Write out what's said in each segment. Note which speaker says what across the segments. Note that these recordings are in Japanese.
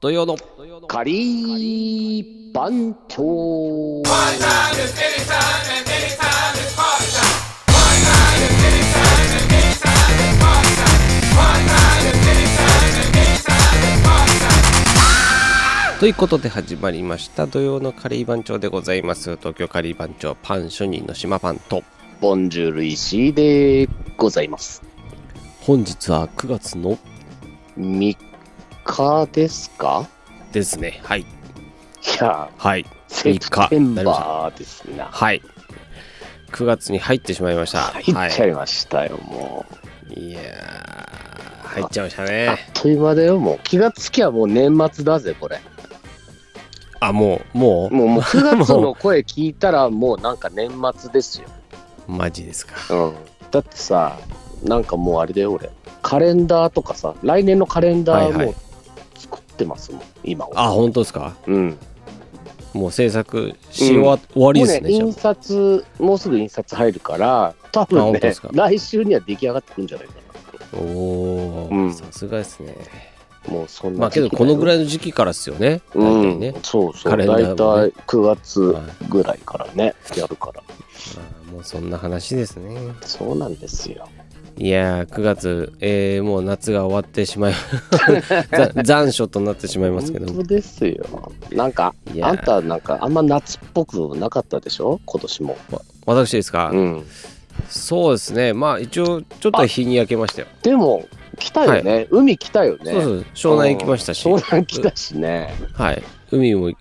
Speaker 1: 土曜の
Speaker 2: カリー番長
Speaker 1: ということで始まりました土曜のカリー番長でございます東京カリー番長パン主任の島パンと
Speaker 2: ボンジュール石井でございます
Speaker 1: 本日は9月の
Speaker 2: 3日ですか
Speaker 1: ですねはい
Speaker 2: いや
Speaker 1: はい
Speaker 2: セ
Speaker 1: 3日
Speaker 2: プテン
Speaker 1: なりました
Speaker 2: バーですな
Speaker 1: はい9月に入ってしまいました
Speaker 2: 入っちゃいましたよ、もう
Speaker 1: い、いやー入っちゃいました
Speaker 2: あっ
Speaker 1: ね
Speaker 2: という間だよもう気がつきゃもう年末だぜこれ
Speaker 1: あもうも
Speaker 2: もうもう9月の声聞いたらもうなんか年末ですよ、
Speaker 1: うマジですか
Speaker 2: うん、だってさなんかもうあれだよ俺カレンダーとかさ来年のカレンダ
Speaker 1: はいは
Speaker 2: ー
Speaker 1: い
Speaker 2: もう作ってますもん、今は
Speaker 1: あ本当ですか
Speaker 2: うん
Speaker 1: もう制作し終わ,、終わりですね
Speaker 2: もう
Speaker 1: じゃ
Speaker 2: 印刷もうすぐ印刷入るから多
Speaker 1: あ
Speaker 2: 分
Speaker 1: 本当で
Speaker 2: ね
Speaker 1: すか
Speaker 2: 来週には出来上がってくるんじゃないか
Speaker 1: あおお、
Speaker 2: うん
Speaker 1: さすがですね
Speaker 2: なもうそんな
Speaker 1: まあけどこのぐ
Speaker 2: い
Speaker 1: らいの時期からですよね大体ね、
Speaker 2: うん、そうそう
Speaker 1: カ
Speaker 2: 大
Speaker 1: レン
Speaker 2: 体
Speaker 1: ダーもね
Speaker 2: 9月
Speaker 1: はい
Speaker 2: ぐらいからねやるから
Speaker 1: まあ、もうそんな話ですね
Speaker 2: そうなんですよ
Speaker 1: いやー9月、えーもう夏が終わってしまい ざ残暑となってしまいますけど
Speaker 2: 本当ですよなんか
Speaker 1: いやー
Speaker 2: あんたなんかあんま夏っぽくなかったでしょ今年も
Speaker 1: 私ですか、
Speaker 2: うん
Speaker 1: そうですねまあ一応ちょっと日に焼けましたよ、
Speaker 2: でも来たよね、海来たよね
Speaker 1: そうそう湘南行きましたし、
Speaker 2: 湘南来たしね
Speaker 1: はい、海も
Speaker 2: うん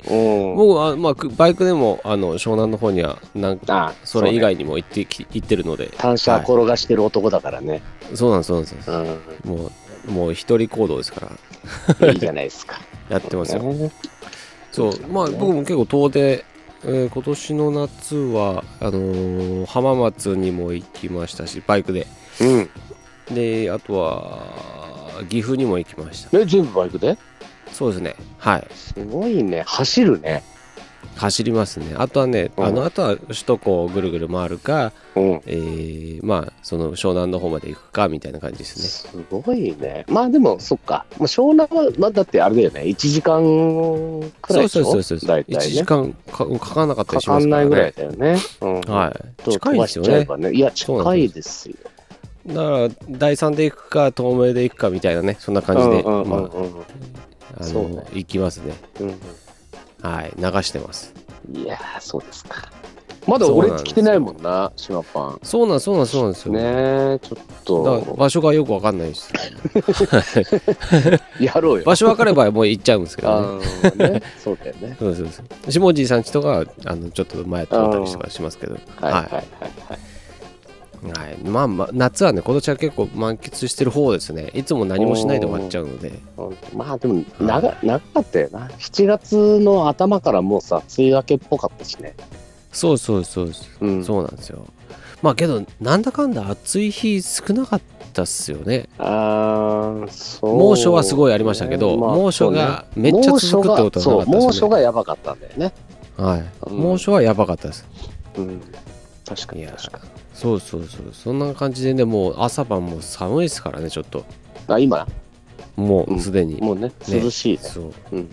Speaker 1: 僕は、まあ、くバイクでもあの湘南の方にはなんか
Speaker 2: あ
Speaker 1: それ以
Speaker 2: うね
Speaker 1: 外にも行ってき、行ってるので
Speaker 2: 単車転がしてる男だからね、
Speaker 1: そうなんですそうなんです
Speaker 2: うん
Speaker 1: もうもう一人行動ですから
Speaker 2: いいじゃないですか。
Speaker 1: やってますよ
Speaker 2: ね
Speaker 1: そう、まあ、僕も結構遠出、えー今年の夏は、あのー浜松にも行きましたし、バイクで。
Speaker 2: うん。
Speaker 1: で、あとは、岐阜にも行きました。
Speaker 2: ね、全部バイクで
Speaker 1: そうですね。はい。
Speaker 2: すごいね。走るね。
Speaker 1: 走りますね。あとはね、
Speaker 2: うん
Speaker 1: あの、あとは首都高をぐるぐる回るか、
Speaker 2: うん。
Speaker 1: えーまあ、その湘南の方まで行くか、みたいな感じですね。
Speaker 2: すごいね。まあでも、そっか。まあ、湘南は、まあ、だってあれだよね。1時間くらい
Speaker 1: そう
Speaker 2: でし
Speaker 1: そう
Speaker 2: ょ
Speaker 1: そうそう。
Speaker 2: 大
Speaker 1: 1
Speaker 2: 体
Speaker 1: 時
Speaker 2: ね。
Speaker 1: 間かかかなかった
Speaker 2: か
Speaker 1: りし
Speaker 2: か
Speaker 1: ます
Speaker 2: ん
Speaker 1: か
Speaker 2: な
Speaker 1: ら
Speaker 2: い
Speaker 1: ね。
Speaker 2: ぐらいだよね。うん。
Speaker 1: はい。
Speaker 2: と
Speaker 1: 近いですよ
Speaker 2: 飛ばしちゃ
Speaker 1: ね
Speaker 2: え。ばね。いや、
Speaker 1: そうな
Speaker 2: 近
Speaker 1: ん
Speaker 2: い
Speaker 1: で
Speaker 2: ですよ。
Speaker 1: だから、第3で行くか、透明で行くか、みたいなね、そんな感じで、
Speaker 2: うんうん
Speaker 1: まあ、
Speaker 2: うん
Speaker 1: あ
Speaker 2: そ
Speaker 1: の、
Speaker 2: うね
Speaker 1: 行きますね。
Speaker 2: うん
Speaker 1: はい、流してます。
Speaker 2: うん。いやー、そうですか。まだ俺来てないもんな、島パン。
Speaker 1: そうなん、そうなん、そうなんですよ。
Speaker 2: ねえ、ちょっ
Speaker 1: だから
Speaker 2: と、
Speaker 1: 場所がよくわかんないです。
Speaker 2: やろうよ。
Speaker 1: 場所わかればもう行っちゃうんですけどね。
Speaker 2: あーね、そうだよね。
Speaker 1: そうですそうです。下地さんちとかは、あの、ちょっと前通ったりとかしますけど。
Speaker 2: はいはい
Speaker 1: は
Speaker 2: はいは
Speaker 1: い。
Speaker 2: い。
Speaker 1: はい、まあ、まあ、夏はね、今年は結構満喫してる方ですね。いつも何もしないで終わっちゃうので。
Speaker 2: ほんとまあでも長長かったよな7月の頭からもうさ梅雨明けっぽかったしね
Speaker 1: そうそうそうそうう。
Speaker 2: ん
Speaker 1: そうなんですよ。まあ、けど、なんだかんだ暑い日少なかったっすよね。
Speaker 2: あーそう
Speaker 1: 猛暑はすごいありましたけど、猛暑がめっちゃ続くってことはなかったですね。
Speaker 2: そうね猛暑がそう猛暑がやばかったんだよね
Speaker 1: はい、
Speaker 2: うん
Speaker 1: 猛暑はやばかったです
Speaker 2: うん確か
Speaker 1: い
Speaker 2: に
Speaker 1: や
Speaker 2: 確かに
Speaker 1: そうそうそうそんな感じでねもう朝晩も寒いですからねちょっと
Speaker 2: あ今
Speaker 1: も
Speaker 2: う
Speaker 1: うんすでに、
Speaker 2: もうね涼しいね
Speaker 1: そう
Speaker 2: うん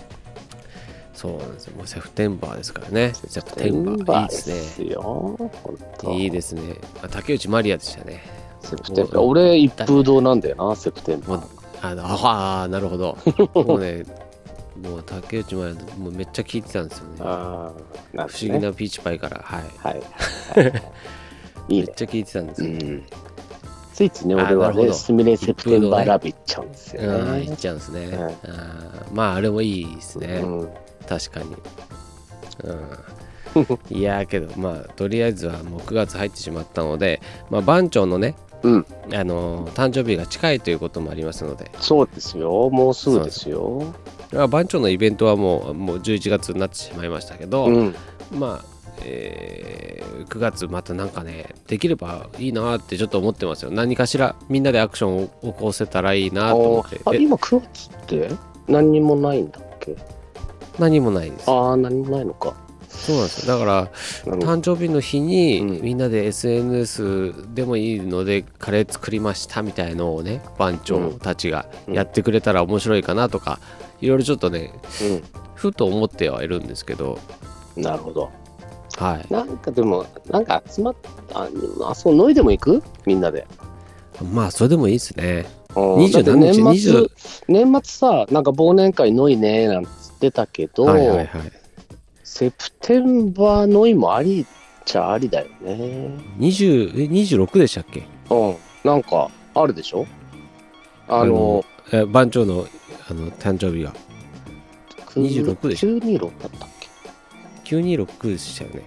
Speaker 1: そうなんですよもうセプテンバーですからねセプテ
Speaker 2: テ
Speaker 1: ンバ
Speaker 2: ン
Speaker 1: ーいい
Speaker 2: バ
Speaker 1: で
Speaker 2: ーですす
Speaker 1: ね
Speaker 2: よほんと
Speaker 1: いいですねあ竹内まりやでしたね
Speaker 2: セプテンバー俺一風堂なんだよなセプテンバ
Speaker 1: もう
Speaker 2: ー
Speaker 1: あのあーなるほ どもうねもう竹内まりやもうめっちゃ聞いてたんですよね
Speaker 2: ああなん
Speaker 1: 不
Speaker 2: か
Speaker 1: 思議なピーチパイからはい
Speaker 2: はいはいはいはい いい
Speaker 1: め
Speaker 2: ね
Speaker 1: っちゃ聞いてたんです
Speaker 2: う
Speaker 1: よ、ね
Speaker 2: んついついね、
Speaker 1: あー
Speaker 2: 俺は
Speaker 1: なるほ
Speaker 2: ね、
Speaker 1: ど
Speaker 2: スミレセプテンバーラビ行っちゃうんです
Speaker 1: う
Speaker 2: よ
Speaker 1: ん行
Speaker 2: ね
Speaker 1: っ。ちゃうんですね、
Speaker 2: はい
Speaker 1: あーまああれもいいですね、
Speaker 2: うん
Speaker 1: 確かに、 うん、いやーけどまあとりあえずはもう9月入ってしまったので、まあ、番長のね、
Speaker 2: うん
Speaker 1: あのー誕生日が近いということもありますので、
Speaker 2: そうですよ、もうすぐですよ。
Speaker 1: まあ、番長のイベントはもうもう11月になってしまいましたけど、
Speaker 2: うん、
Speaker 1: まあえー9月またなんかねできればいいなーってちょっと思ってますよ何かしらみんなでアクションを起こせたらいいなーと思って
Speaker 2: あーあ
Speaker 1: え
Speaker 2: 今9月って何にもないんだっけ
Speaker 1: 何もないです
Speaker 2: ああ、何もないのか。
Speaker 1: そうなんですよだから
Speaker 2: なるほど
Speaker 1: 誕生日の日に
Speaker 2: うん
Speaker 1: みんなで SNS でもいいのでカレー作りましたみたいのをね番長たちがやってくれたら面白いかなとかいろいろちょっとねふと思ってはいるんですけど
Speaker 2: うん、なるほど。
Speaker 1: はい
Speaker 2: なんかでも、なんか集まっあ、あそこ、ノイでも行くみんなで。
Speaker 1: まあそれでもいいですね
Speaker 2: うん
Speaker 1: 27
Speaker 2: だって年末
Speaker 1: 20
Speaker 2: 年末さ、なんか忘年会ノイねなんて言ってたけど、
Speaker 1: はいはいはい
Speaker 2: セプテンバーノイもありっちゃありだよね。
Speaker 1: 20え26でしたっけ
Speaker 2: うん、なんかあるでしょあの、
Speaker 1: え番長のあの誕生日が
Speaker 2: く
Speaker 1: 26でし
Speaker 2: 926だったっけ
Speaker 1: 926でしたよね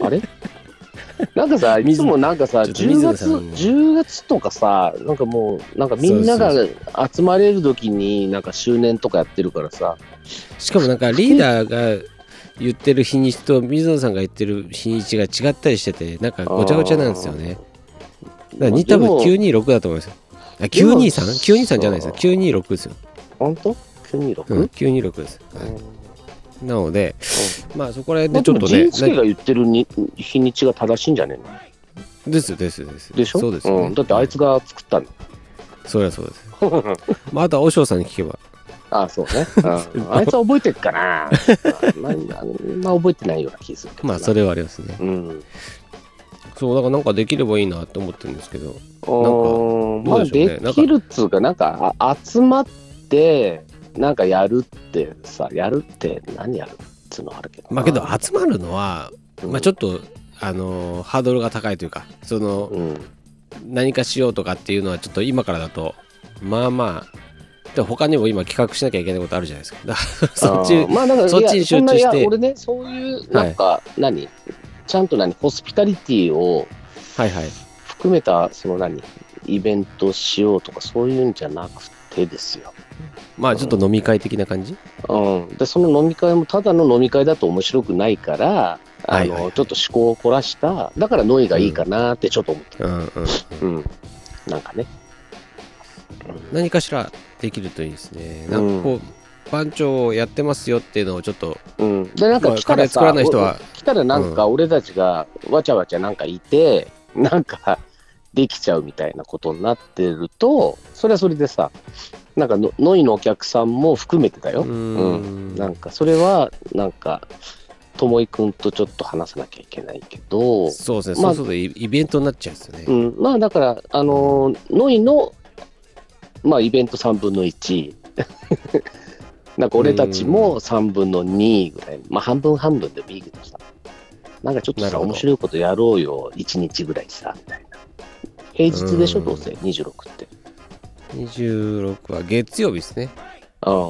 Speaker 2: あれ なんかさ、いつもなんかさ、
Speaker 1: ちょっと水
Speaker 2: 10
Speaker 1: 野さ
Speaker 2: 月、
Speaker 1: ん
Speaker 2: 10月とかさ、なんかもう、なんかみんなが集まれる時に、なんか周年とかやってるからさ、
Speaker 1: しかもなんかリーダーが言ってる日にちと水野さんが言ってる日にちが違ったりしててなんかごちゃごちゃなんですよねだからに多分
Speaker 2: でも
Speaker 1: 926だと思いますよあ
Speaker 2: でも
Speaker 1: 923?923 じゃないですよ926ですよ、
Speaker 2: 本当
Speaker 1: うん
Speaker 2: ?926?
Speaker 1: 926です、なのでまあそこら辺で
Speaker 2: でち
Speaker 1: ち
Speaker 2: ょ
Speaker 1: ょ
Speaker 2: っ
Speaker 1: っ
Speaker 2: と
Speaker 1: と
Speaker 2: ね。
Speaker 1: ね
Speaker 2: ジンスケが言ってるに日にちが正しいんじゃねえ
Speaker 1: なですですです
Speaker 2: のでしょ
Speaker 1: そうですよね、
Speaker 2: んだってあいつが作ったんだ。
Speaker 1: そりゃそう です、まあ、あとは和尚さんに聞けば
Speaker 2: ああ、そう ね。うんあいつは覚えてるかな。まあ、あんま覚えてないような気するけどな。
Speaker 1: まあそれはありますね
Speaker 2: うん。
Speaker 1: そうだからなんかできればいいなと思ってるんですけど
Speaker 2: おー
Speaker 1: ど
Speaker 2: ま
Speaker 1: う
Speaker 2: あ
Speaker 1: でしょうね
Speaker 2: できるっつうかなんかあ集まってなんかやるってさやるって何やるっつうのはあるけどな
Speaker 1: まあけど集まるのは、
Speaker 2: うん
Speaker 1: まあちょっとあのーハードルが高いというかその、
Speaker 2: うん
Speaker 1: 何かしようとかっていうのはちょっと今からだとまあまあで他にも今企画しなきゃいけないことあるじゃないですかだから そっ
Speaker 2: あ
Speaker 1: ち
Speaker 2: ーまあなんか
Speaker 1: そっちに集中して
Speaker 2: いやそんないや俺ねそういうなんか、何ちゃんと何ホスピタリティを
Speaker 1: はいはい
Speaker 2: 含めたその何イベントしようとかそういうんじゃなくてですよ、
Speaker 1: まあちょっと飲み会的な感じ
Speaker 2: うん、でその飲み会もただの飲み会だと面白くないからあ
Speaker 1: はい
Speaker 2: の、
Speaker 1: はいはい
Speaker 2: ちょっと趣向を凝らしただからノイがいいかなってちょっと思った、
Speaker 1: うんうん
Speaker 2: うん、なんかね
Speaker 1: 何かしらできるといいですねなんかこう、番長をやってますよっていうのをちょっと
Speaker 2: うん、でなんか
Speaker 1: まあ
Speaker 2: 来たらさ、
Speaker 1: カレー作らない人は
Speaker 2: お来たらなんか俺たちがわちゃわちゃなんかいて、なんかできちゃうみたいなことになってるとそれはそれでさなんかのノイのお客さんも含めてだ
Speaker 1: う
Speaker 2: よ、
Speaker 1: ん
Speaker 2: なんかそれはなんかともいくんとちょっと話さなきゃいけないけど、
Speaker 1: そうですね、
Speaker 2: まあ
Speaker 1: そうするとイイベントになっちゃうんですよね、
Speaker 2: うん、まあだからあのーノイのまあイベント3分の1 なんか俺たちも3分の2ぐらい、まあ半分半分でもいいけどさ、なんかちょっと
Speaker 1: なる
Speaker 2: さ、
Speaker 1: ほど
Speaker 2: 面白いことやろうよ、1日ぐらいさ、みたいな。平日でしょ、
Speaker 1: うん
Speaker 2: どうせ、26って。
Speaker 1: 26は月曜日ですね、
Speaker 2: ああ、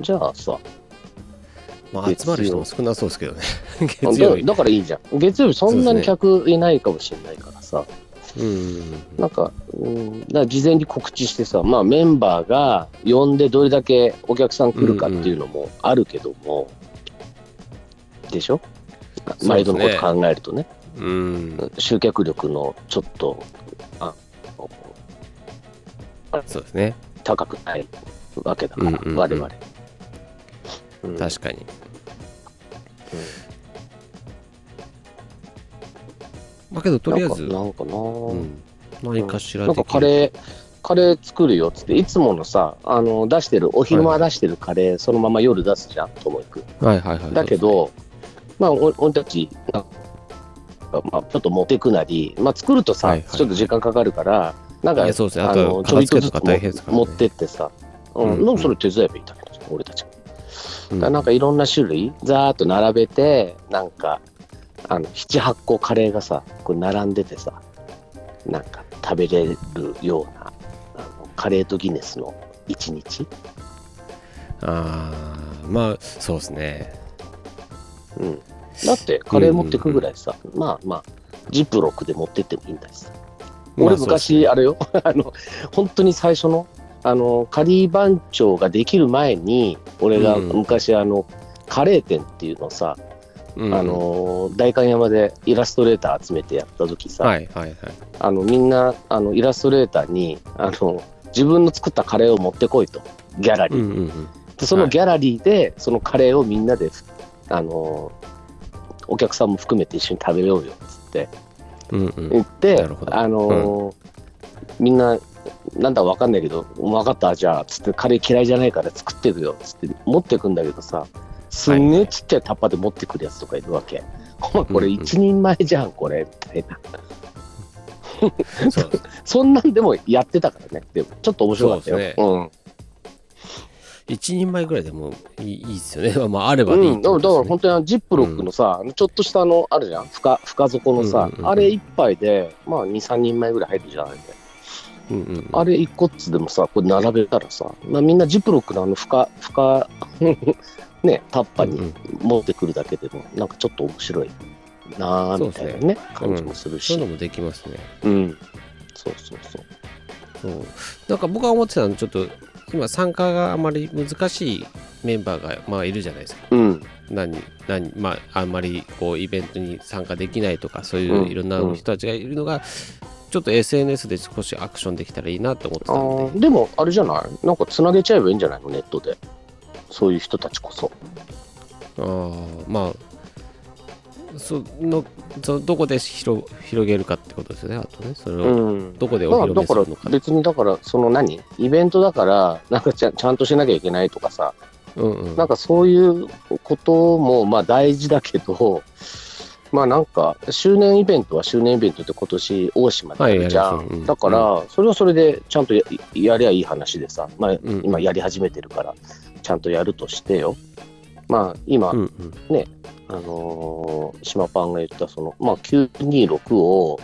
Speaker 2: じゃあさ、
Speaker 1: まあ、集まる人も少なそうですけどね
Speaker 2: だ
Speaker 1: 月曜日
Speaker 2: だからいいじゃん。月曜日そんなに客いないかもしれないからさ、
Speaker 1: うん
Speaker 2: なんか、うん、だから事前に告知してさ、まあ、メンバーが呼んでどれだけお客さん来るかっていうのもあるけども、でしょ
Speaker 1: すね
Speaker 2: 毎度のこと考えるとね
Speaker 1: うん
Speaker 2: 集客力のちょっとあ
Speaker 1: そうですね
Speaker 2: 高くないわけだから、
Speaker 1: うんうんうん
Speaker 2: 我々、うん
Speaker 1: 確かにまあけどとりあえず、
Speaker 2: なんかなんかな、
Speaker 1: うん、何かしら
Speaker 2: なん
Speaker 1: できる
Speaker 2: かカレーカレー作るよっつっていつものさあの出してるお昼間出してるカレー、そのまま夜出すじゃんともいく
Speaker 1: はいはいはい
Speaker 2: だけど、まあ、お俺たち、なんかまあ、ちょっと持ってくなり、まあ、作るとさ、
Speaker 1: はいはいはい
Speaker 2: ちょっと時間かかるから、なん
Speaker 1: い
Speaker 2: か、
Speaker 1: やそうですねあと
Speaker 2: ちょ
Speaker 1: 片
Speaker 2: い
Speaker 1: 付け
Speaker 2: とず
Speaker 1: とか
Speaker 2: つ
Speaker 1: 大変ですからね
Speaker 2: 持ってってさ、うん
Speaker 1: うんうん
Speaker 2: でもそれ手伝えばいいだけじゃん俺たちが。
Speaker 1: うん
Speaker 2: だからなんかいろんな種類、ざーっと並べて、なんか、あの7、8個カレーがさ、こう並んでてさ、なんか食べれるような、あのカレーとギネスの一日、
Speaker 1: ああまあそうですね
Speaker 2: うん、だってカレー持ってくぐらいさ、まあまあジップロックで持ってってもいいんだしさ
Speaker 1: まあそ
Speaker 2: 俺
Speaker 1: うです
Speaker 2: 昔、
Speaker 1: ね
Speaker 2: あれよ あの本当に最初のあのカリー番長ができる前に俺が
Speaker 1: うん
Speaker 2: 昔、あのカレー店っていうのをさ、
Speaker 1: うん
Speaker 2: あの代官山でイラストレーター集めてやった時さ、
Speaker 1: はいはいはい
Speaker 2: あのみんなあのイラストレーターにあの自分の作ったカレーを持ってこいとギャラリー
Speaker 1: うんうんうん
Speaker 2: でそのギャラリーで、そのカレーをみんなで、あのーお客さんも含めて一緒に食べようよっつって
Speaker 1: うんうん
Speaker 2: 言って、
Speaker 1: なるほど
Speaker 2: あのーみんななんだかわかんないけど、分かった、じゃあ、つって、カレー嫌いじゃないから作ってるよ、つって、持ってくんだけどさ、すんげえちっちゃいタッパーで持ってくるやつとかいるわけ。お前これ
Speaker 1: うんうん
Speaker 2: 一人前じゃん、これ、みたいな。
Speaker 1: そうですね
Speaker 2: そんなんでもやってたからね、でも、ちょっと面白かったよ。
Speaker 1: そうです
Speaker 2: うん。
Speaker 1: 一人前ぐらいでもいいいいですよねまああればいい
Speaker 2: うん、
Speaker 1: って
Speaker 2: だか
Speaker 1: こと
Speaker 2: らだか
Speaker 1: です
Speaker 2: ら
Speaker 1: ね
Speaker 2: 本当にあのジップロックのさ、ちょっとしたあの、あるじゃん、深深底のさ、
Speaker 1: うんうんうん
Speaker 2: あれ一杯で、まあ2、3人前ぐらい入るじゃない
Speaker 1: うんうん
Speaker 2: あれ一個っつでもさ、これ並べたらさ、まあ、みんなジップロックのあの深、深、 ね、タッパ
Speaker 1: うんう
Speaker 2: に
Speaker 1: ん
Speaker 2: 持ってくるだけでも、なんかちょっと面白いなあみたいな
Speaker 1: そう
Speaker 2: ね、感じもする
Speaker 1: そ
Speaker 2: し。
Speaker 1: ういう
Speaker 2: う
Speaker 1: のもできますね
Speaker 2: ん、そうそうそう。
Speaker 1: そうなんか僕が思ってたのちょっと今参加があまり難しいメンバーがまあいるじゃないですか
Speaker 2: うん、
Speaker 1: 何何まああんまりこうイベントに参加できないとかそういう
Speaker 2: うん
Speaker 1: いろんな人たちがいるのがちょっと SNS で少しアクションできたらいいなと思ってた
Speaker 2: あ
Speaker 1: の
Speaker 2: ーでも、あれじゃないなんかつなげちゃえばいいんじゃないの、ネットで。そういう人たちこそ。
Speaker 1: であーまあそのそどこで広広げるかってことですよねあとねそれを、
Speaker 2: うん
Speaker 1: どこでお
Speaker 2: まあ
Speaker 1: 披露
Speaker 2: だ
Speaker 1: 目す
Speaker 2: から
Speaker 1: るのか
Speaker 2: 別にだからその何イベントだからなんかちゃんちゃんとしなきゃいけないとかさ
Speaker 1: うんうん
Speaker 2: なんかそういうこともまあ大事だけどまあなんか周年イベントは周年イベントって今年大島でやるじゃ
Speaker 1: はいやりますようん
Speaker 2: んだからそれはそれでちゃんとややりゃいい話でさまあ
Speaker 1: うん
Speaker 2: 今やり始めてるからちゃんとやるとしてよまあ今
Speaker 1: うんうん
Speaker 2: あのー、島パンが言ったその、まあ、926を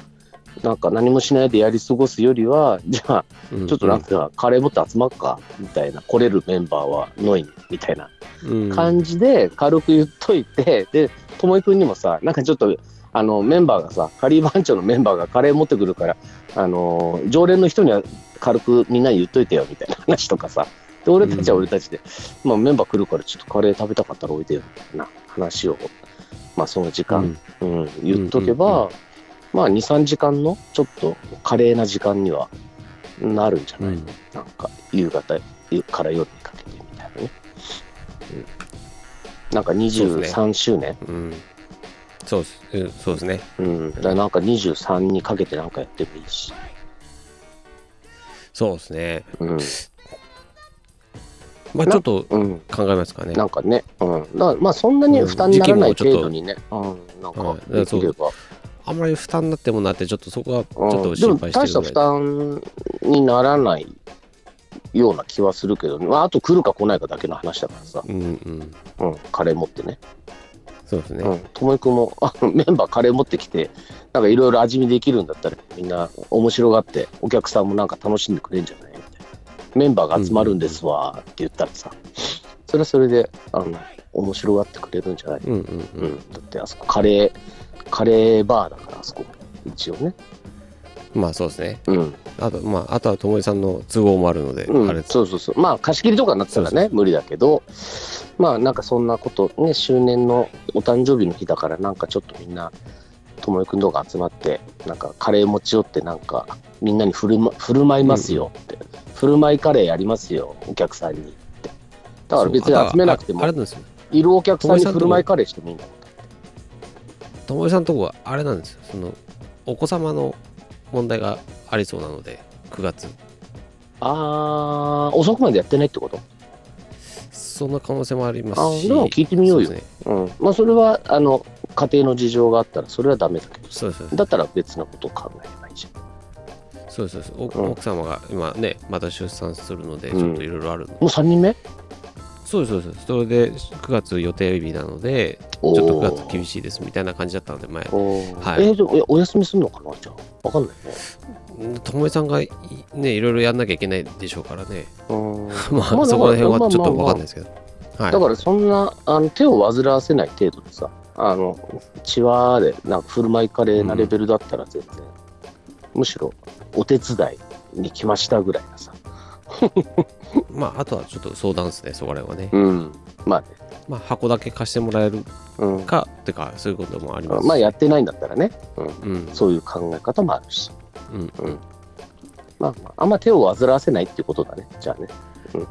Speaker 2: なんか何もしないでやり過ごすよりはじゃあ
Speaker 1: うん
Speaker 2: ちょっとなんかカレー持って集まっかみたいな来れるメンバーはノイみたいな
Speaker 1: うん
Speaker 2: 感じで軽く言っといてでともいくんにもさなんかちょっとあのメンバーがさカリー番長のメンバーがカレー持ってくるから、あのー常連の人には軽くみんなに言っといてよみたいな話とかさで俺たちは俺たちで、まあ、メンバー来るからちょっとカレー食べたかったらおいでよみたいな話を、まあ、その時
Speaker 1: う
Speaker 2: 間、
Speaker 1: ん
Speaker 2: うん、言っとけば、
Speaker 1: うんうん
Speaker 2: まあ23時間のちょっと華麗な時間にはなるんじゃないの、
Speaker 1: うん
Speaker 2: なんか夕方から夜にかけてみたいなね、なんか
Speaker 1: そうです
Speaker 2: 23周年
Speaker 1: うんそうっすうんそうですね
Speaker 2: うん、だからなんか23にかけてなんかやってもいいし、
Speaker 1: そうですね
Speaker 2: うん
Speaker 1: まあ
Speaker 2: な
Speaker 1: ちょっと
Speaker 2: うん、
Speaker 1: 考えますかね
Speaker 2: なんかね、うん、だからまあそんなに負担にならない程度にね、うん、なんかできれば、
Speaker 1: あんまり負担になってもなってちょっとそこはち
Speaker 2: うん
Speaker 1: ょっと
Speaker 2: で
Speaker 1: 心
Speaker 2: も
Speaker 1: 配
Speaker 2: 大
Speaker 1: して
Speaker 2: した
Speaker 1: る
Speaker 2: 負
Speaker 1: ぐらい
Speaker 2: 担にならないような気はするけどね、まあ、あと来るか来ないかだけの話だからさ、
Speaker 1: うんうん
Speaker 2: うん、カレー持ってね、
Speaker 1: そうですね、
Speaker 2: うん、ともいくんもあメンバーカレー持ってきて、なんかいろいろ味見できるんだったら、みんな面白がって、お客さんもなんか楽しんでくれるんじゃないみたいな。メンバーが集まるんですわーって言ったらさ、それはそれで、あの、面白がってくれるんじゃない
Speaker 1: うんうん
Speaker 2: う
Speaker 1: うん
Speaker 2: ん、だってあそこカレー、カレーバーだから、あそこ、一応ね。
Speaker 1: まあそうですね
Speaker 2: うん。
Speaker 1: あとまああとはともえさんの都合もあるので、
Speaker 2: うん、
Speaker 1: あれです
Speaker 2: そうそうそうまあ貸し切りとかになったらね
Speaker 1: そうそう
Speaker 2: 無理だけどまあなんかそんなことね周年のお誕生日の日だからなんかちょっとみんなともよくんとか集まってなんかカレー持ち寄ってなんかみんなに振る,、ま、振る舞いますよって、振る舞いカレーやりますよお客さんにってだから別
Speaker 1: そうあ
Speaker 2: に
Speaker 1: と
Speaker 2: 集めなくて
Speaker 1: ああ
Speaker 2: も
Speaker 1: れなんですよ
Speaker 2: いるお客さんに振る舞いカレーしてもいいんだもん
Speaker 1: ともえさんのとこはあれなんですよそのお子様の問題がありそうなので9月
Speaker 2: あー遅くまでやってないってこと
Speaker 1: そんな可能性もありま
Speaker 2: あ
Speaker 1: すし
Speaker 2: でも聞いてみようよ
Speaker 1: そうで
Speaker 2: うんまあそれはあの家庭の事情があったらそれはダメだけど
Speaker 1: すねそうですそうです
Speaker 2: だったら別のことを考えればいいじゃん
Speaker 1: そうですそうです
Speaker 2: う
Speaker 1: お
Speaker 2: ん
Speaker 1: 奥様が今ねまた出産するのでち
Speaker 2: うん
Speaker 1: ょっといろいろあるの、
Speaker 2: もう3人目
Speaker 1: そうですそうですそれで9月予定日なので
Speaker 2: ち
Speaker 1: ちょっと9月厳しいですみたいな感じだったので前は
Speaker 2: はいい、えーでもえお休みするのかなじゃあわかんないね
Speaker 1: ともえさんがいねいろいろやんなきゃいけないでしょうからね
Speaker 2: うーん
Speaker 1: まあ、
Speaker 2: まあ
Speaker 1: そこら辺はちょっと
Speaker 2: まあまあま
Speaker 1: わ
Speaker 2: あ
Speaker 1: かんないですけど、はい
Speaker 2: だからそんなあの手を煩わせない程度でさあのチワでなんか振る舞いカレーなレベルだったら全然、むしろお手伝いに来ましたぐらいなさ
Speaker 1: まああとはちょっと相談ですねそこら辺はね、
Speaker 2: うんまあね、
Speaker 1: まあ箱だけ貸してもらえる
Speaker 2: うん
Speaker 1: かってかそういうこともあります
Speaker 2: まあやってないんだったらね
Speaker 1: うん
Speaker 2: そういう考え方もあるし
Speaker 1: うん
Speaker 2: うんまあ、まあ、あんま手を煩わせないってことだねじゃあね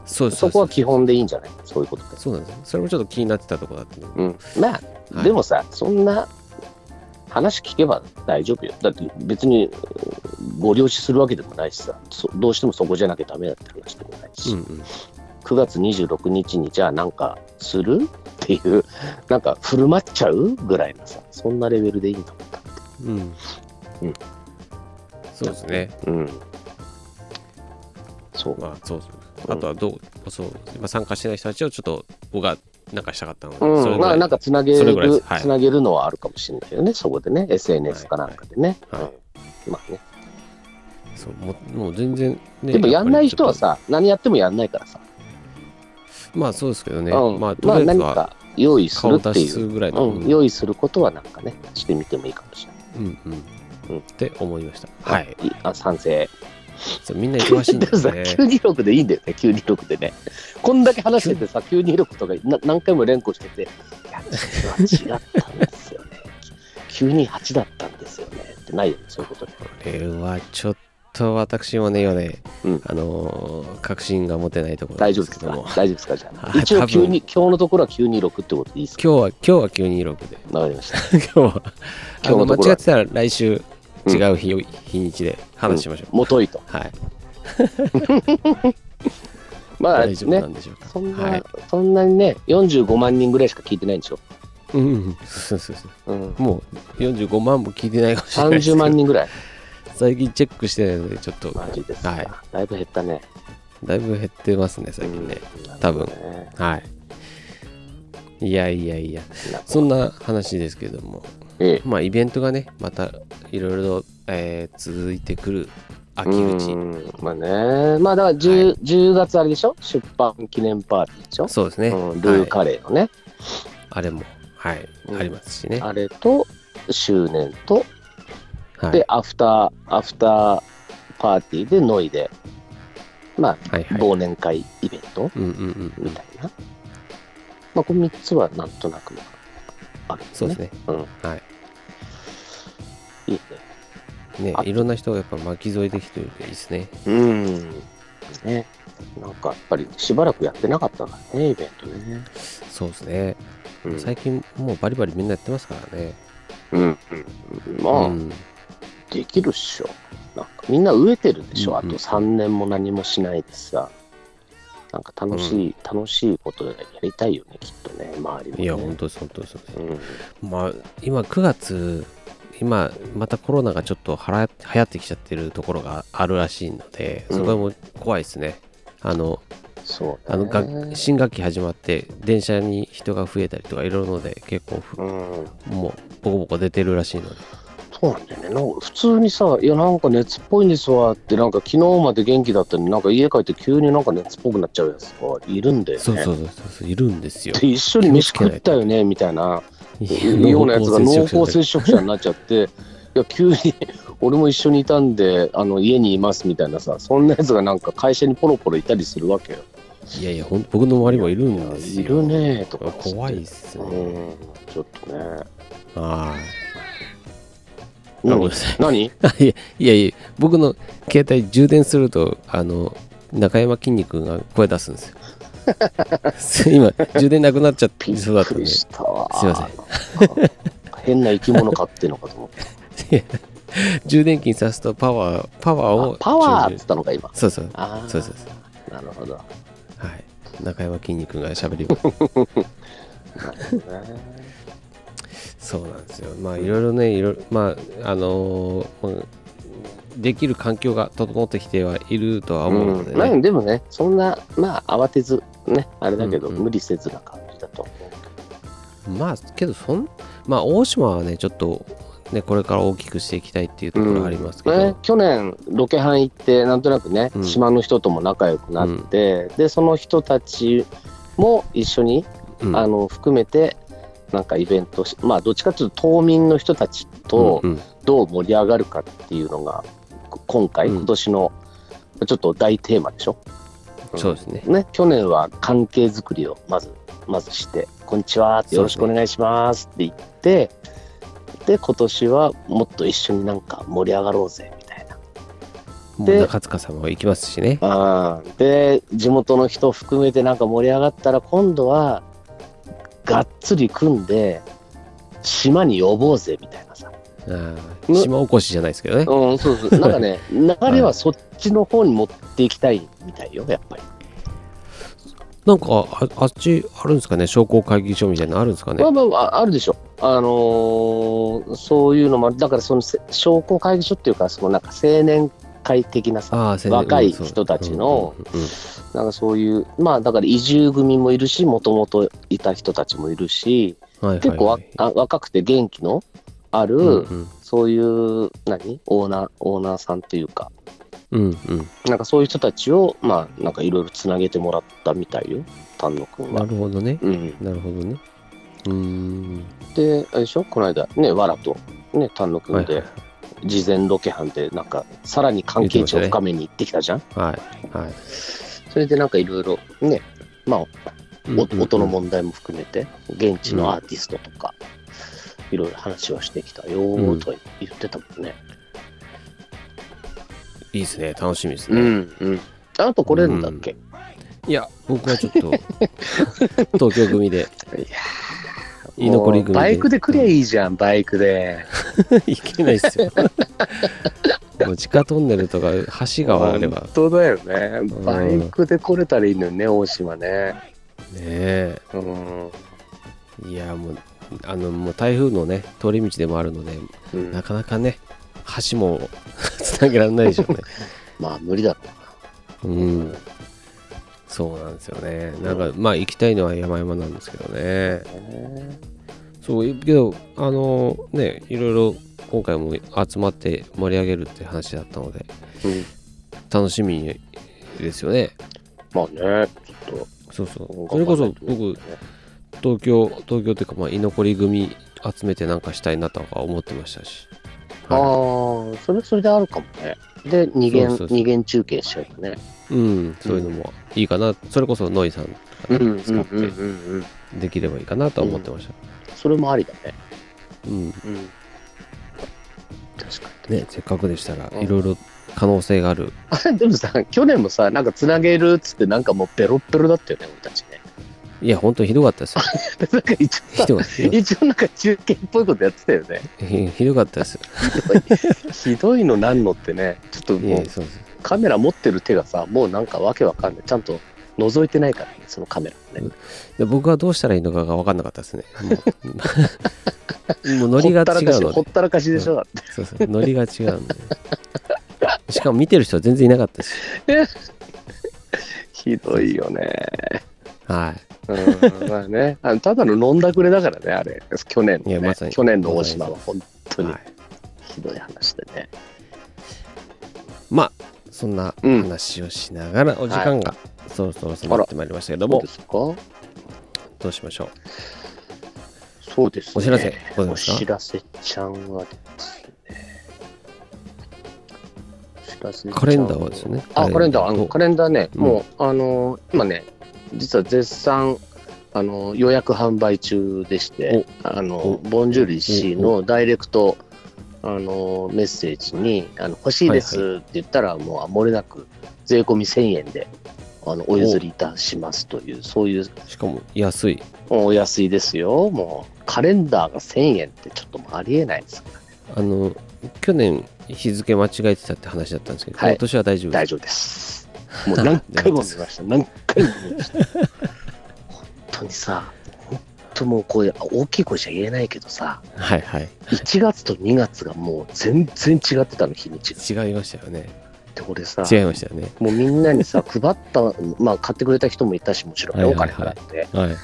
Speaker 1: そうです
Speaker 2: そこ
Speaker 1: そ
Speaker 2: は
Speaker 1: うです
Speaker 2: 基本でいいんじゃないそういうことで
Speaker 1: そうなんですそれもちょっと気になってたところだったので
Speaker 2: うん、まあ、
Speaker 1: はい
Speaker 2: でもさそんな話聞けば大丈夫よ。だって別にうんご了承するわけでもないしさ、そどうしてもそこじゃなきゃダメだって話でもないし、
Speaker 1: うんうん
Speaker 2: 9月26日にじゃあなんかするっていう、なんか振る舞っちゃうぐらいのさ、そんなレベルでいいんだもんだって。
Speaker 1: うん
Speaker 2: うん
Speaker 1: そうですね
Speaker 2: うん。そう。
Speaker 1: まあそうそう
Speaker 2: うん
Speaker 1: あとはどう、そうまあ参加してない人たちをちょっと僕がなんかしたかったので、それ
Speaker 2: うん、
Speaker 1: ぐ
Speaker 2: ま
Speaker 1: ら
Speaker 2: あ
Speaker 1: い
Speaker 2: なんかつなげ
Speaker 1: それぐらいで
Speaker 2: る、
Speaker 1: すはい
Speaker 2: つなげるのはあるかもしれないよね、そこでね、SNS かなんかでね。
Speaker 1: はいはい
Speaker 2: うんまあね、
Speaker 1: そうもうもう全然ね
Speaker 2: でもやんない人は
Speaker 1: っ
Speaker 2: さ、何やってもやんないからさ、
Speaker 1: ぱりちょっとまあそうですけどね、
Speaker 2: うん、
Speaker 1: まあ
Speaker 2: ま
Speaker 1: とり
Speaker 2: あ
Speaker 1: あえ
Speaker 2: 何
Speaker 1: ずは
Speaker 2: か用意す
Speaker 1: 顔
Speaker 2: るっ
Speaker 1: 出
Speaker 2: て
Speaker 1: し
Speaker 2: い
Speaker 1: す
Speaker 2: う、
Speaker 1: るぐらいの、
Speaker 2: う
Speaker 1: うん
Speaker 2: ん、用意することはなんかね、してみてもいいかもしれない。
Speaker 1: うんうん
Speaker 2: うん
Speaker 1: って思いましたはい
Speaker 2: いあ賛成。
Speaker 1: そうみんな忙しいん
Speaker 2: で
Speaker 1: で
Speaker 2: も
Speaker 1: す
Speaker 2: さ、
Speaker 1: ね
Speaker 2: 926でいいんだよね、926でね。こんだけ話しててさ、926とかな何回も連呼してて、いや、実は違ったんですよね。928だったんですよね。ってないよね、そういうことで。
Speaker 1: これはちょっと私もね今ね、
Speaker 2: うん
Speaker 1: あのー確信が持てないところなん
Speaker 2: 大丈
Speaker 1: で
Speaker 2: 夫
Speaker 1: す
Speaker 2: です
Speaker 1: け
Speaker 2: か
Speaker 1: ども
Speaker 2: 大丈夫ですかじゃあ。
Speaker 1: はい
Speaker 2: 一応
Speaker 1: 多分
Speaker 2: 急に、今日のところは926ってことでいいですか
Speaker 1: 今日は今日は急に6で
Speaker 2: わかりました。
Speaker 1: 今日はあ
Speaker 2: 今
Speaker 1: の
Speaker 2: 日のとこ
Speaker 1: 間
Speaker 2: ろは
Speaker 1: 違ってたら来週違う日,、日にちで話しましょう、
Speaker 2: もといと。
Speaker 1: はい
Speaker 2: まあ
Speaker 1: 大丈夫な
Speaker 2: ね、
Speaker 1: んでしょうか、
Speaker 2: そんな、
Speaker 1: はい
Speaker 2: そんなにね、45万人ぐらいしか聞いてないんでしょ。
Speaker 1: うんうんそうそうそう
Speaker 2: うん、
Speaker 1: もう45万も聞いてないかもしれないですけど
Speaker 2: 30万人ぐらい。
Speaker 1: 最近チェックしてないのでちょっと
Speaker 2: マジですか、
Speaker 1: はい
Speaker 2: だいぶ減ったね。
Speaker 1: だいぶ減ってますね最近ね、
Speaker 2: うん
Speaker 1: 多分
Speaker 2: なるほどね
Speaker 1: はいいやいやいや
Speaker 2: なんか
Speaker 1: そんな話ですけども
Speaker 2: ええ
Speaker 1: まあイベントがねまたいろいろと、えー続いてくる秋口
Speaker 2: うんまあね、まあだから 10,、
Speaker 1: は
Speaker 2: 10月あれでしょ出版記念パーティーでしょ、
Speaker 1: そうですね、
Speaker 2: うん、ルー
Speaker 1: はい、
Speaker 2: カレーのね、
Speaker 1: あれもはい、
Speaker 2: うん
Speaker 1: ありますしね
Speaker 2: あれと周年と、
Speaker 1: はい
Speaker 2: でアフターアフターパーティーでノイでまあ
Speaker 1: はいはい
Speaker 2: 忘年会イベント
Speaker 1: うんうんうんう
Speaker 2: み
Speaker 1: ん
Speaker 2: たいな、まあこの3つはなんとなくあるんです
Speaker 1: そう
Speaker 2: ね
Speaker 1: ですね
Speaker 2: うん
Speaker 1: はい
Speaker 2: いいね
Speaker 1: いね
Speaker 2: あ
Speaker 1: いろんな人がやっぱ巻き添えできてるといいですね
Speaker 2: うんねなんかやっぱりしばらくやってなかったからねイベントね、
Speaker 1: そうですね、
Speaker 2: うん
Speaker 1: 最近もうバリバリみんなやってますからね
Speaker 2: うんうん、まあ、
Speaker 1: うん
Speaker 2: できるっしょなんかみんな飢えてるでしょ、
Speaker 1: うんうん
Speaker 2: あと3年も何もしないでさなんか楽しい、楽しいことやりたいよねきっとね周りも、ね、
Speaker 1: いや本当です本当です、
Speaker 2: うん
Speaker 1: まあ今9月今またコロナがちょっとはら流行ってきちゃってるところがあるらしいので
Speaker 2: うん
Speaker 1: そこはもう怖いですね、あの
Speaker 2: そう
Speaker 1: あのが
Speaker 2: ね
Speaker 1: 新学期始まって電車に人が増えたりとかいろいろので結構ふ
Speaker 2: うん
Speaker 1: もうボコボコ出てるらしいので
Speaker 2: そうなんだよねなんか普通にさ「いやなんか熱っぽいんですわ」ってなんか昨日まで元気だったのになんか家帰って急になんか熱っぽくなっちゃうやつがいるんだよね
Speaker 1: そうそうそうそうそういるんですよ
Speaker 2: で一緒に飯食ったよねみたいない ようなやつが濃厚
Speaker 1: 触者
Speaker 2: 接触者になっちゃ って、いや急に俺も一緒にいたんであの家にいますみたいなさ、そんなやつがなんか会社にポロポロいたりするわけよ。
Speaker 1: いやいやほん僕の周りもいるんですよ
Speaker 2: いるねとか
Speaker 1: 怖いっす
Speaker 2: う
Speaker 1: ね
Speaker 2: ん、ちょっとね。
Speaker 1: ああごめん
Speaker 2: 何
Speaker 1: なさい
Speaker 2: 何
Speaker 1: あ いやいやいや僕の携帯充電するとあの中山きんに君が声出すんですよ 今充電なくなっちゃって
Speaker 2: び
Speaker 1: そうだ
Speaker 2: っ
Speaker 1: ったん
Speaker 2: く
Speaker 1: で
Speaker 2: りしたわ。
Speaker 1: すいません
Speaker 2: ん。変な生き物飼ってんのかと思って。
Speaker 1: 充電器に挿すとパワーパワー
Speaker 2: あ
Speaker 1: を
Speaker 2: パワー
Speaker 1: 充
Speaker 2: って
Speaker 1: 電
Speaker 2: 言ったのか今。
Speaker 1: そうそう
Speaker 2: ああ、
Speaker 1: そうそうそ
Speaker 2: なるほど。
Speaker 1: はい中山きんに君がしゃべります
Speaker 2: なるほどね。
Speaker 1: そうなんですよまあいろいろねいろいろまああのーうんできる環境が整ってきてはいるとは思うので
Speaker 2: んま
Speaker 1: ね、
Speaker 2: あ、でもね、そんな、まあ、慌てず、ね、あれだけど、
Speaker 1: うんうん
Speaker 2: 無理せずな感じだと思うけど。
Speaker 1: まあけどそんまあ大島はねちょっとねこれから大きくしていきたいっていうところはありますけど、
Speaker 2: ね、去年ロケハン行ってなんとなくね、
Speaker 1: うん
Speaker 2: 島の人とも仲良くなって、でその人たちも一緒に、
Speaker 1: うん
Speaker 2: あの含めてなんかイベントしまあどっちかというと島民の人たちと
Speaker 1: うんうん
Speaker 2: どう盛り上がるかっていうのがこ今回、
Speaker 1: うん
Speaker 2: 今年のちょっと大テーマでしょ。
Speaker 1: そうですね。
Speaker 2: ね、去年は関係づくりをまずまずして「こんにちは」って「よろしくお願いします」って言ってで今年はもっと一緒になんか盛り上がろうぜみたいな。
Speaker 1: もう
Speaker 2: で
Speaker 1: 中塚さんも行きますしね。
Speaker 2: あーで地元の人含めてなんか盛り上がったら今度はがっつり組んで島に呼ぼうぜみたいなさ
Speaker 1: あー
Speaker 2: む
Speaker 1: 島おこしじゃないですけどね。
Speaker 2: うん、そうそう。なんかね、流れ はそっちの方に持っていきたいみたいよ、やっぱり。
Speaker 1: なんかああっちあるんですかね商工会議所みたいなのあるんですかね
Speaker 2: まあまあまあ、あるでしょ。あのーそういうのもある。だから、そのせ、商工会議所っていうか、そのなんか青年会的なさ、
Speaker 1: ああ先生
Speaker 2: 若い
Speaker 1: うんそう
Speaker 2: 人たちの
Speaker 1: うんうんうん
Speaker 2: なんかそういう、まあだから移住組もいるし、もともといた人たちもいるし、
Speaker 1: はいはいはい
Speaker 2: 結構わ、あ若くて元気のある、
Speaker 1: うんうん
Speaker 2: そういう、何オーナー、オーナーさんっていうか、
Speaker 1: うんうん
Speaker 2: なんかそういう人たちを、まあなんかいろいろつなげてもらったみたいよ、丹野くん
Speaker 1: な
Speaker 2: は。
Speaker 1: るほどね
Speaker 2: うん。
Speaker 1: なるほどねうーん
Speaker 2: で、あれでしょこの間、ね、わらと、ね、丹野く
Speaker 1: は
Speaker 2: ん
Speaker 1: いはい
Speaker 2: で、事前ロケ班で、なんか、さらに関係値を深めに行ってきたじゃん、
Speaker 1: はいはい
Speaker 2: それでなんかいろいろ、ね、まあ
Speaker 1: うん
Speaker 2: お
Speaker 1: うんうん
Speaker 2: 音の問題も含めて、現地のアーティストとか、いろいろ話はしてきたよ
Speaker 1: うん
Speaker 2: ーとか言ってたもんね。
Speaker 1: いいですね楽しみです
Speaker 2: う
Speaker 1: ね
Speaker 2: ん、うん。あと来れるんだっけ、
Speaker 1: いや僕はちょ っと東京組で
Speaker 2: いや
Speaker 1: 居残り組
Speaker 2: もう
Speaker 1: で
Speaker 2: バイクで来りゃいいじゃん、バイクで。
Speaker 1: いけないっすよもう地下トンネルとか橋があればね
Speaker 2: 本当だよね。
Speaker 1: ん
Speaker 2: バイクで来れたらいいのよね、大島ね。
Speaker 1: え
Speaker 2: うん。
Speaker 1: いやもうあのもう台風のね通り道でもあるので
Speaker 2: うん
Speaker 1: なかなかね橋も つなげられないでしょうね
Speaker 2: まあ、無理だろ
Speaker 1: うんそうなんですよねなんかまあ行きたいのは山々なんですけどね
Speaker 2: うね。
Speaker 1: そうけどあのねいろいろ今回も集まって盛り上げるって話だったので
Speaker 2: うん。
Speaker 1: 楽しみですよね
Speaker 2: まあね、ちょっ
Speaker 1: そうそ
Speaker 2: と。
Speaker 1: うそれこそ僕
Speaker 2: ね
Speaker 1: 東京東京っていうかまあ居残り組集めてなんかしたいなとか思ってましたし、
Speaker 2: ああ
Speaker 1: は
Speaker 2: ー、それはそれであるかもね。で、二元、
Speaker 1: そうそうそう
Speaker 2: 二元中継しちゃうとね。
Speaker 1: い、うんそういうのもいいかなそれこそノイさんとか
Speaker 2: うん
Speaker 1: ね、
Speaker 2: う
Speaker 1: 使
Speaker 2: んうん
Speaker 1: っ
Speaker 2: うん
Speaker 1: て
Speaker 2: うん。
Speaker 1: できればいいかなとは思ってました、
Speaker 2: それもありだね。
Speaker 1: うん
Speaker 2: うん。確か
Speaker 1: ね、せっかくでしたら
Speaker 2: うん
Speaker 1: いろいろ可能性がある、
Speaker 2: に。あれ、でもさ、去年もさ、なんかつなげるっつって、なんかもうベロッベロだったよね、俺たちね。
Speaker 1: いや本当にひどかった ですよ
Speaker 2: でなんか一
Speaker 1: ひど
Speaker 2: 応さ、
Speaker 1: かったひ
Speaker 2: 一応なんか中継っぽいことやってたよね。
Speaker 1: どひどかったです
Speaker 2: ひどいのなんのってね、ちょっと
Speaker 1: い
Speaker 2: も
Speaker 1: や
Speaker 2: う
Speaker 1: そうです
Speaker 2: カメラ持ってる手がさ、もうなんかわけわかんない。ちゃんと覗いてないからね、そのカメラもね。
Speaker 1: で僕はどうしたらいいのかが分かんなかったですね もうもうノリが違うの
Speaker 2: ほったらかしほっ
Speaker 1: で
Speaker 2: たらかしでしょ、だって
Speaker 1: そうそうノリが違うのでしかも見てる人は全然いなかったし
Speaker 2: ひどいよね。
Speaker 1: は
Speaker 2: うんまあね、あのただの飲んだくれだからね、あれ、去年
Speaker 1: い
Speaker 2: の、ね
Speaker 1: やまさに
Speaker 2: 去年の大島は本
Speaker 1: い、
Speaker 2: 当に
Speaker 1: はい、
Speaker 2: ひどい話でね。
Speaker 1: まあそんな
Speaker 2: うん
Speaker 1: 話をしながらお時間がそろそろ迫ってまいりましたけども、
Speaker 2: そうですか
Speaker 1: どうしましょう
Speaker 2: そうです、ね。
Speaker 1: お知らせござい
Speaker 2: お
Speaker 1: ますか
Speaker 2: 知らせちゃんはですね。お知らせちゃん
Speaker 1: カレンダーはですね
Speaker 2: あ、カレンダー、あのカレンダーね、
Speaker 1: うん
Speaker 2: もう、あの、今ね、実は絶賛、あの予約販売中でして、あのボンジュール氏のダイレクト、あのメッセージにあの「欲しいです」って言ったら、もうあ漏れなく税込み1000円であのお譲りいたしますという、そういう
Speaker 1: しかも安い
Speaker 2: お安いですよ、もうカレンダーが1000円ってちょっともうありえないですか
Speaker 1: あ
Speaker 2: ら、
Speaker 1: の去年日付間違えてたって話だったんですけど、
Speaker 2: はい
Speaker 1: 今年は大丈夫
Speaker 2: 大丈 夫です。もう何回も見ました、何回も見ました。本当にさ、本当もうこういう大きい声じゃ言えないけどさ、
Speaker 1: はいはい
Speaker 2: 1月と2月がもう全然違ってたの、日にちが。
Speaker 1: 違いましたよね
Speaker 2: で、俺さ、
Speaker 1: 違いましたよね
Speaker 2: もうみんなにさ、配った、まあ買ってくれた人もいたし、もちろんね、
Speaker 1: はい
Speaker 2: お
Speaker 1: はい
Speaker 2: 金
Speaker 1: はい
Speaker 2: 払って。
Speaker 1: はい
Speaker 2: で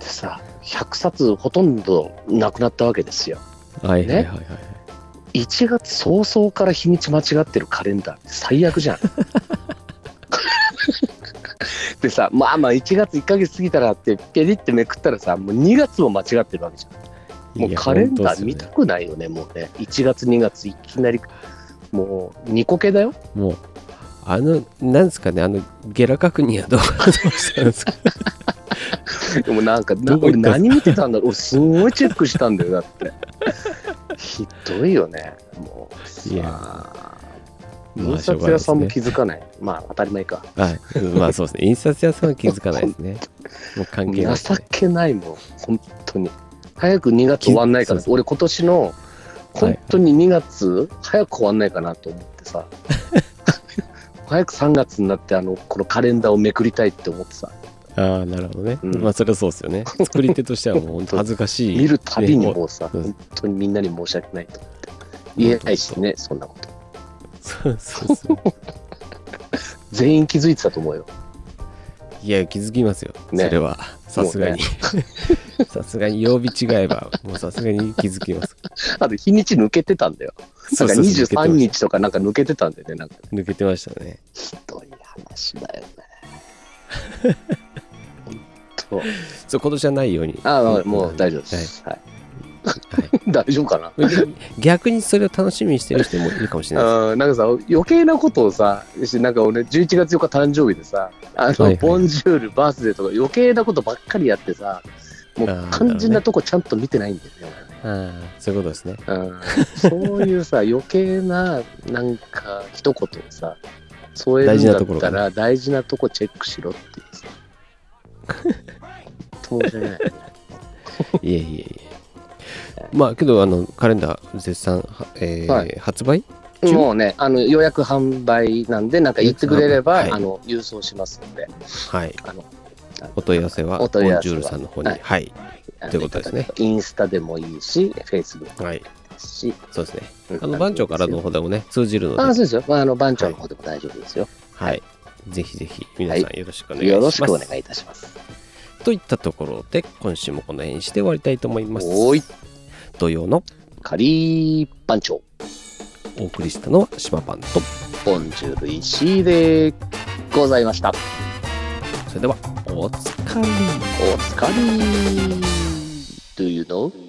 Speaker 2: さ、100冊ほとんどなくなったわけですよ。
Speaker 1: はいはいはいはい、
Speaker 2: 1月早々から日にち間違ってるカレンダーって最悪 じゃん。でさまあまあ1月1ヶ月過ぎたらってペリってめくったらさもう2月も間違ってるわけじゃんも
Speaker 1: い
Speaker 2: うい
Speaker 1: や
Speaker 2: カレン
Speaker 1: 本当
Speaker 2: ダー見た
Speaker 1: ですよね
Speaker 2: くないよねもうね1月2月いきなりもう2個系だよ
Speaker 1: もうあのなんですかねあのゲラ確認はどうかとしたん ですか
Speaker 2: でもなんかな
Speaker 1: どこ行った
Speaker 2: 俺
Speaker 1: んすか
Speaker 2: 何見てたんだろう俺すごいチェックしたんだよだってひどいよねもう
Speaker 1: いや
Speaker 2: さ
Speaker 1: ま
Speaker 2: 印
Speaker 1: あしょう
Speaker 2: 刷
Speaker 1: がない
Speaker 2: 屋
Speaker 1: で
Speaker 2: さ
Speaker 1: す
Speaker 2: んも
Speaker 1: ね
Speaker 2: 気づかないまあ当たり前か
Speaker 1: はいまあそうですね印刷屋さんは気づかないですねもう関係ないです
Speaker 2: 情
Speaker 1: ね
Speaker 2: けないもん、本当に。早く2月終わんないから、
Speaker 1: そう
Speaker 2: 俺、今年の本当に2月、早く終わんないかなと思って さ早く3月になってあのこのカレンダーをめくりたいって思ってさ
Speaker 1: ああなるほどね、
Speaker 2: うん
Speaker 1: まあそれはそうですよ ね作り手としてはもう本当恥ずかしい
Speaker 2: 見るたびに
Speaker 1: ね
Speaker 2: もうさ、
Speaker 1: うん
Speaker 2: 本当にみんなに申し訳ないと思って言えないしねそんなこと
Speaker 1: そうそうそう
Speaker 2: 全員気づいてたと思うよ
Speaker 1: いや気づきますよ、
Speaker 2: ね
Speaker 1: それはさすがに さすがに曜日違えばもうさすがに気づきます
Speaker 2: あと日にち抜けてたんだよ
Speaker 1: そ
Speaker 2: な
Speaker 1: う
Speaker 2: んか
Speaker 1: そうそう
Speaker 2: 23日とかなんか抜けてたんだよねなんか
Speaker 1: 抜けてましたね
Speaker 2: ひどい話だよね本当
Speaker 1: そう今年はないように
Speaker 2: あ、まあ
Speaker 1: ん
Speaker 2: もう大丈夫です、はい
Speaker 1: はい
Speaker 2: 大丈夫かな
Speaker 1: 逆にそれを楽しみにしてる人もいるかもしれないです
Speaker 2: うんなんかさ余計なことをさしなんか俺11月4日誕生日でさあの、
Speaker 1: はいはい
Speaker 2: ボンジュールバースデーとか余計なことばっかりやってさも
Speaker 1: あ
Speaker 2: う
Speaker 1: ー
Speaker 2: 肝心なとこちゃんと見てないんだよね
Speaker 1: ああそういうことですね
Speaker 2: うん、そういうさ余計ななんか一言をさ添えるん
Speaker 1: 大事なところ
Speaker 2: だっ
Speaker 1: か
Speaker 2: た
Speaker 1: な
Speaker 2: ら大事なとこチェックしろっていう さ申し訳な
Speaker 1: い
Speaker 2: い
Speaker 1: えいえいえまあけどあのカレンダー絶賛、はえー
Speaker 2: はい
Speaker 1: 発売中
Speaker 2: もうねあの予約販売なんでなんか言ってくれれば、
Speaker 1: はい
Speaker 2: あの郵送しますので
Speaker 1: はい
Speaker 2: あの
Speaker 1: お問い合わせはボ
Speaker 2: お
Speaker 1: ン
Speaker 2: 問い合わせ
Speaker 1: ジュ
Speaker 2: は
Speaker 1: ールさんの方に
Speaker 2: はい
Speaker 1: はい、ということですね
Speaker 2: インスタでもいいし、フェイスブック
Speaker 1: はい
Speaker 2: でもいいし、
Speaker 1: そうですね
Speaker 2: うん
Speaker 1: あの番長からの。方でもね通じるので
Speaker 2: あ、そうですよ。まあ、あの番長の方でも大丈夫ですよ。
Speaker 1: はい。ぜひぜひ皆さんよろしくお願いします。
Speaker 2: よろしくお願いいたします。
Speaker 1: といったところで今週もこの辺にして終わりたいと思います。
Speaker 2: おーい、
Speaker 1: 土曜の
Speaker 2: カリー番長、
Speaker 1: お送りしたのは島パンと
Speaker 2: ボンジュール石井でございました。
Speaker 1: それではお疲れ。
Speaker 2: お疲れ。Do you know?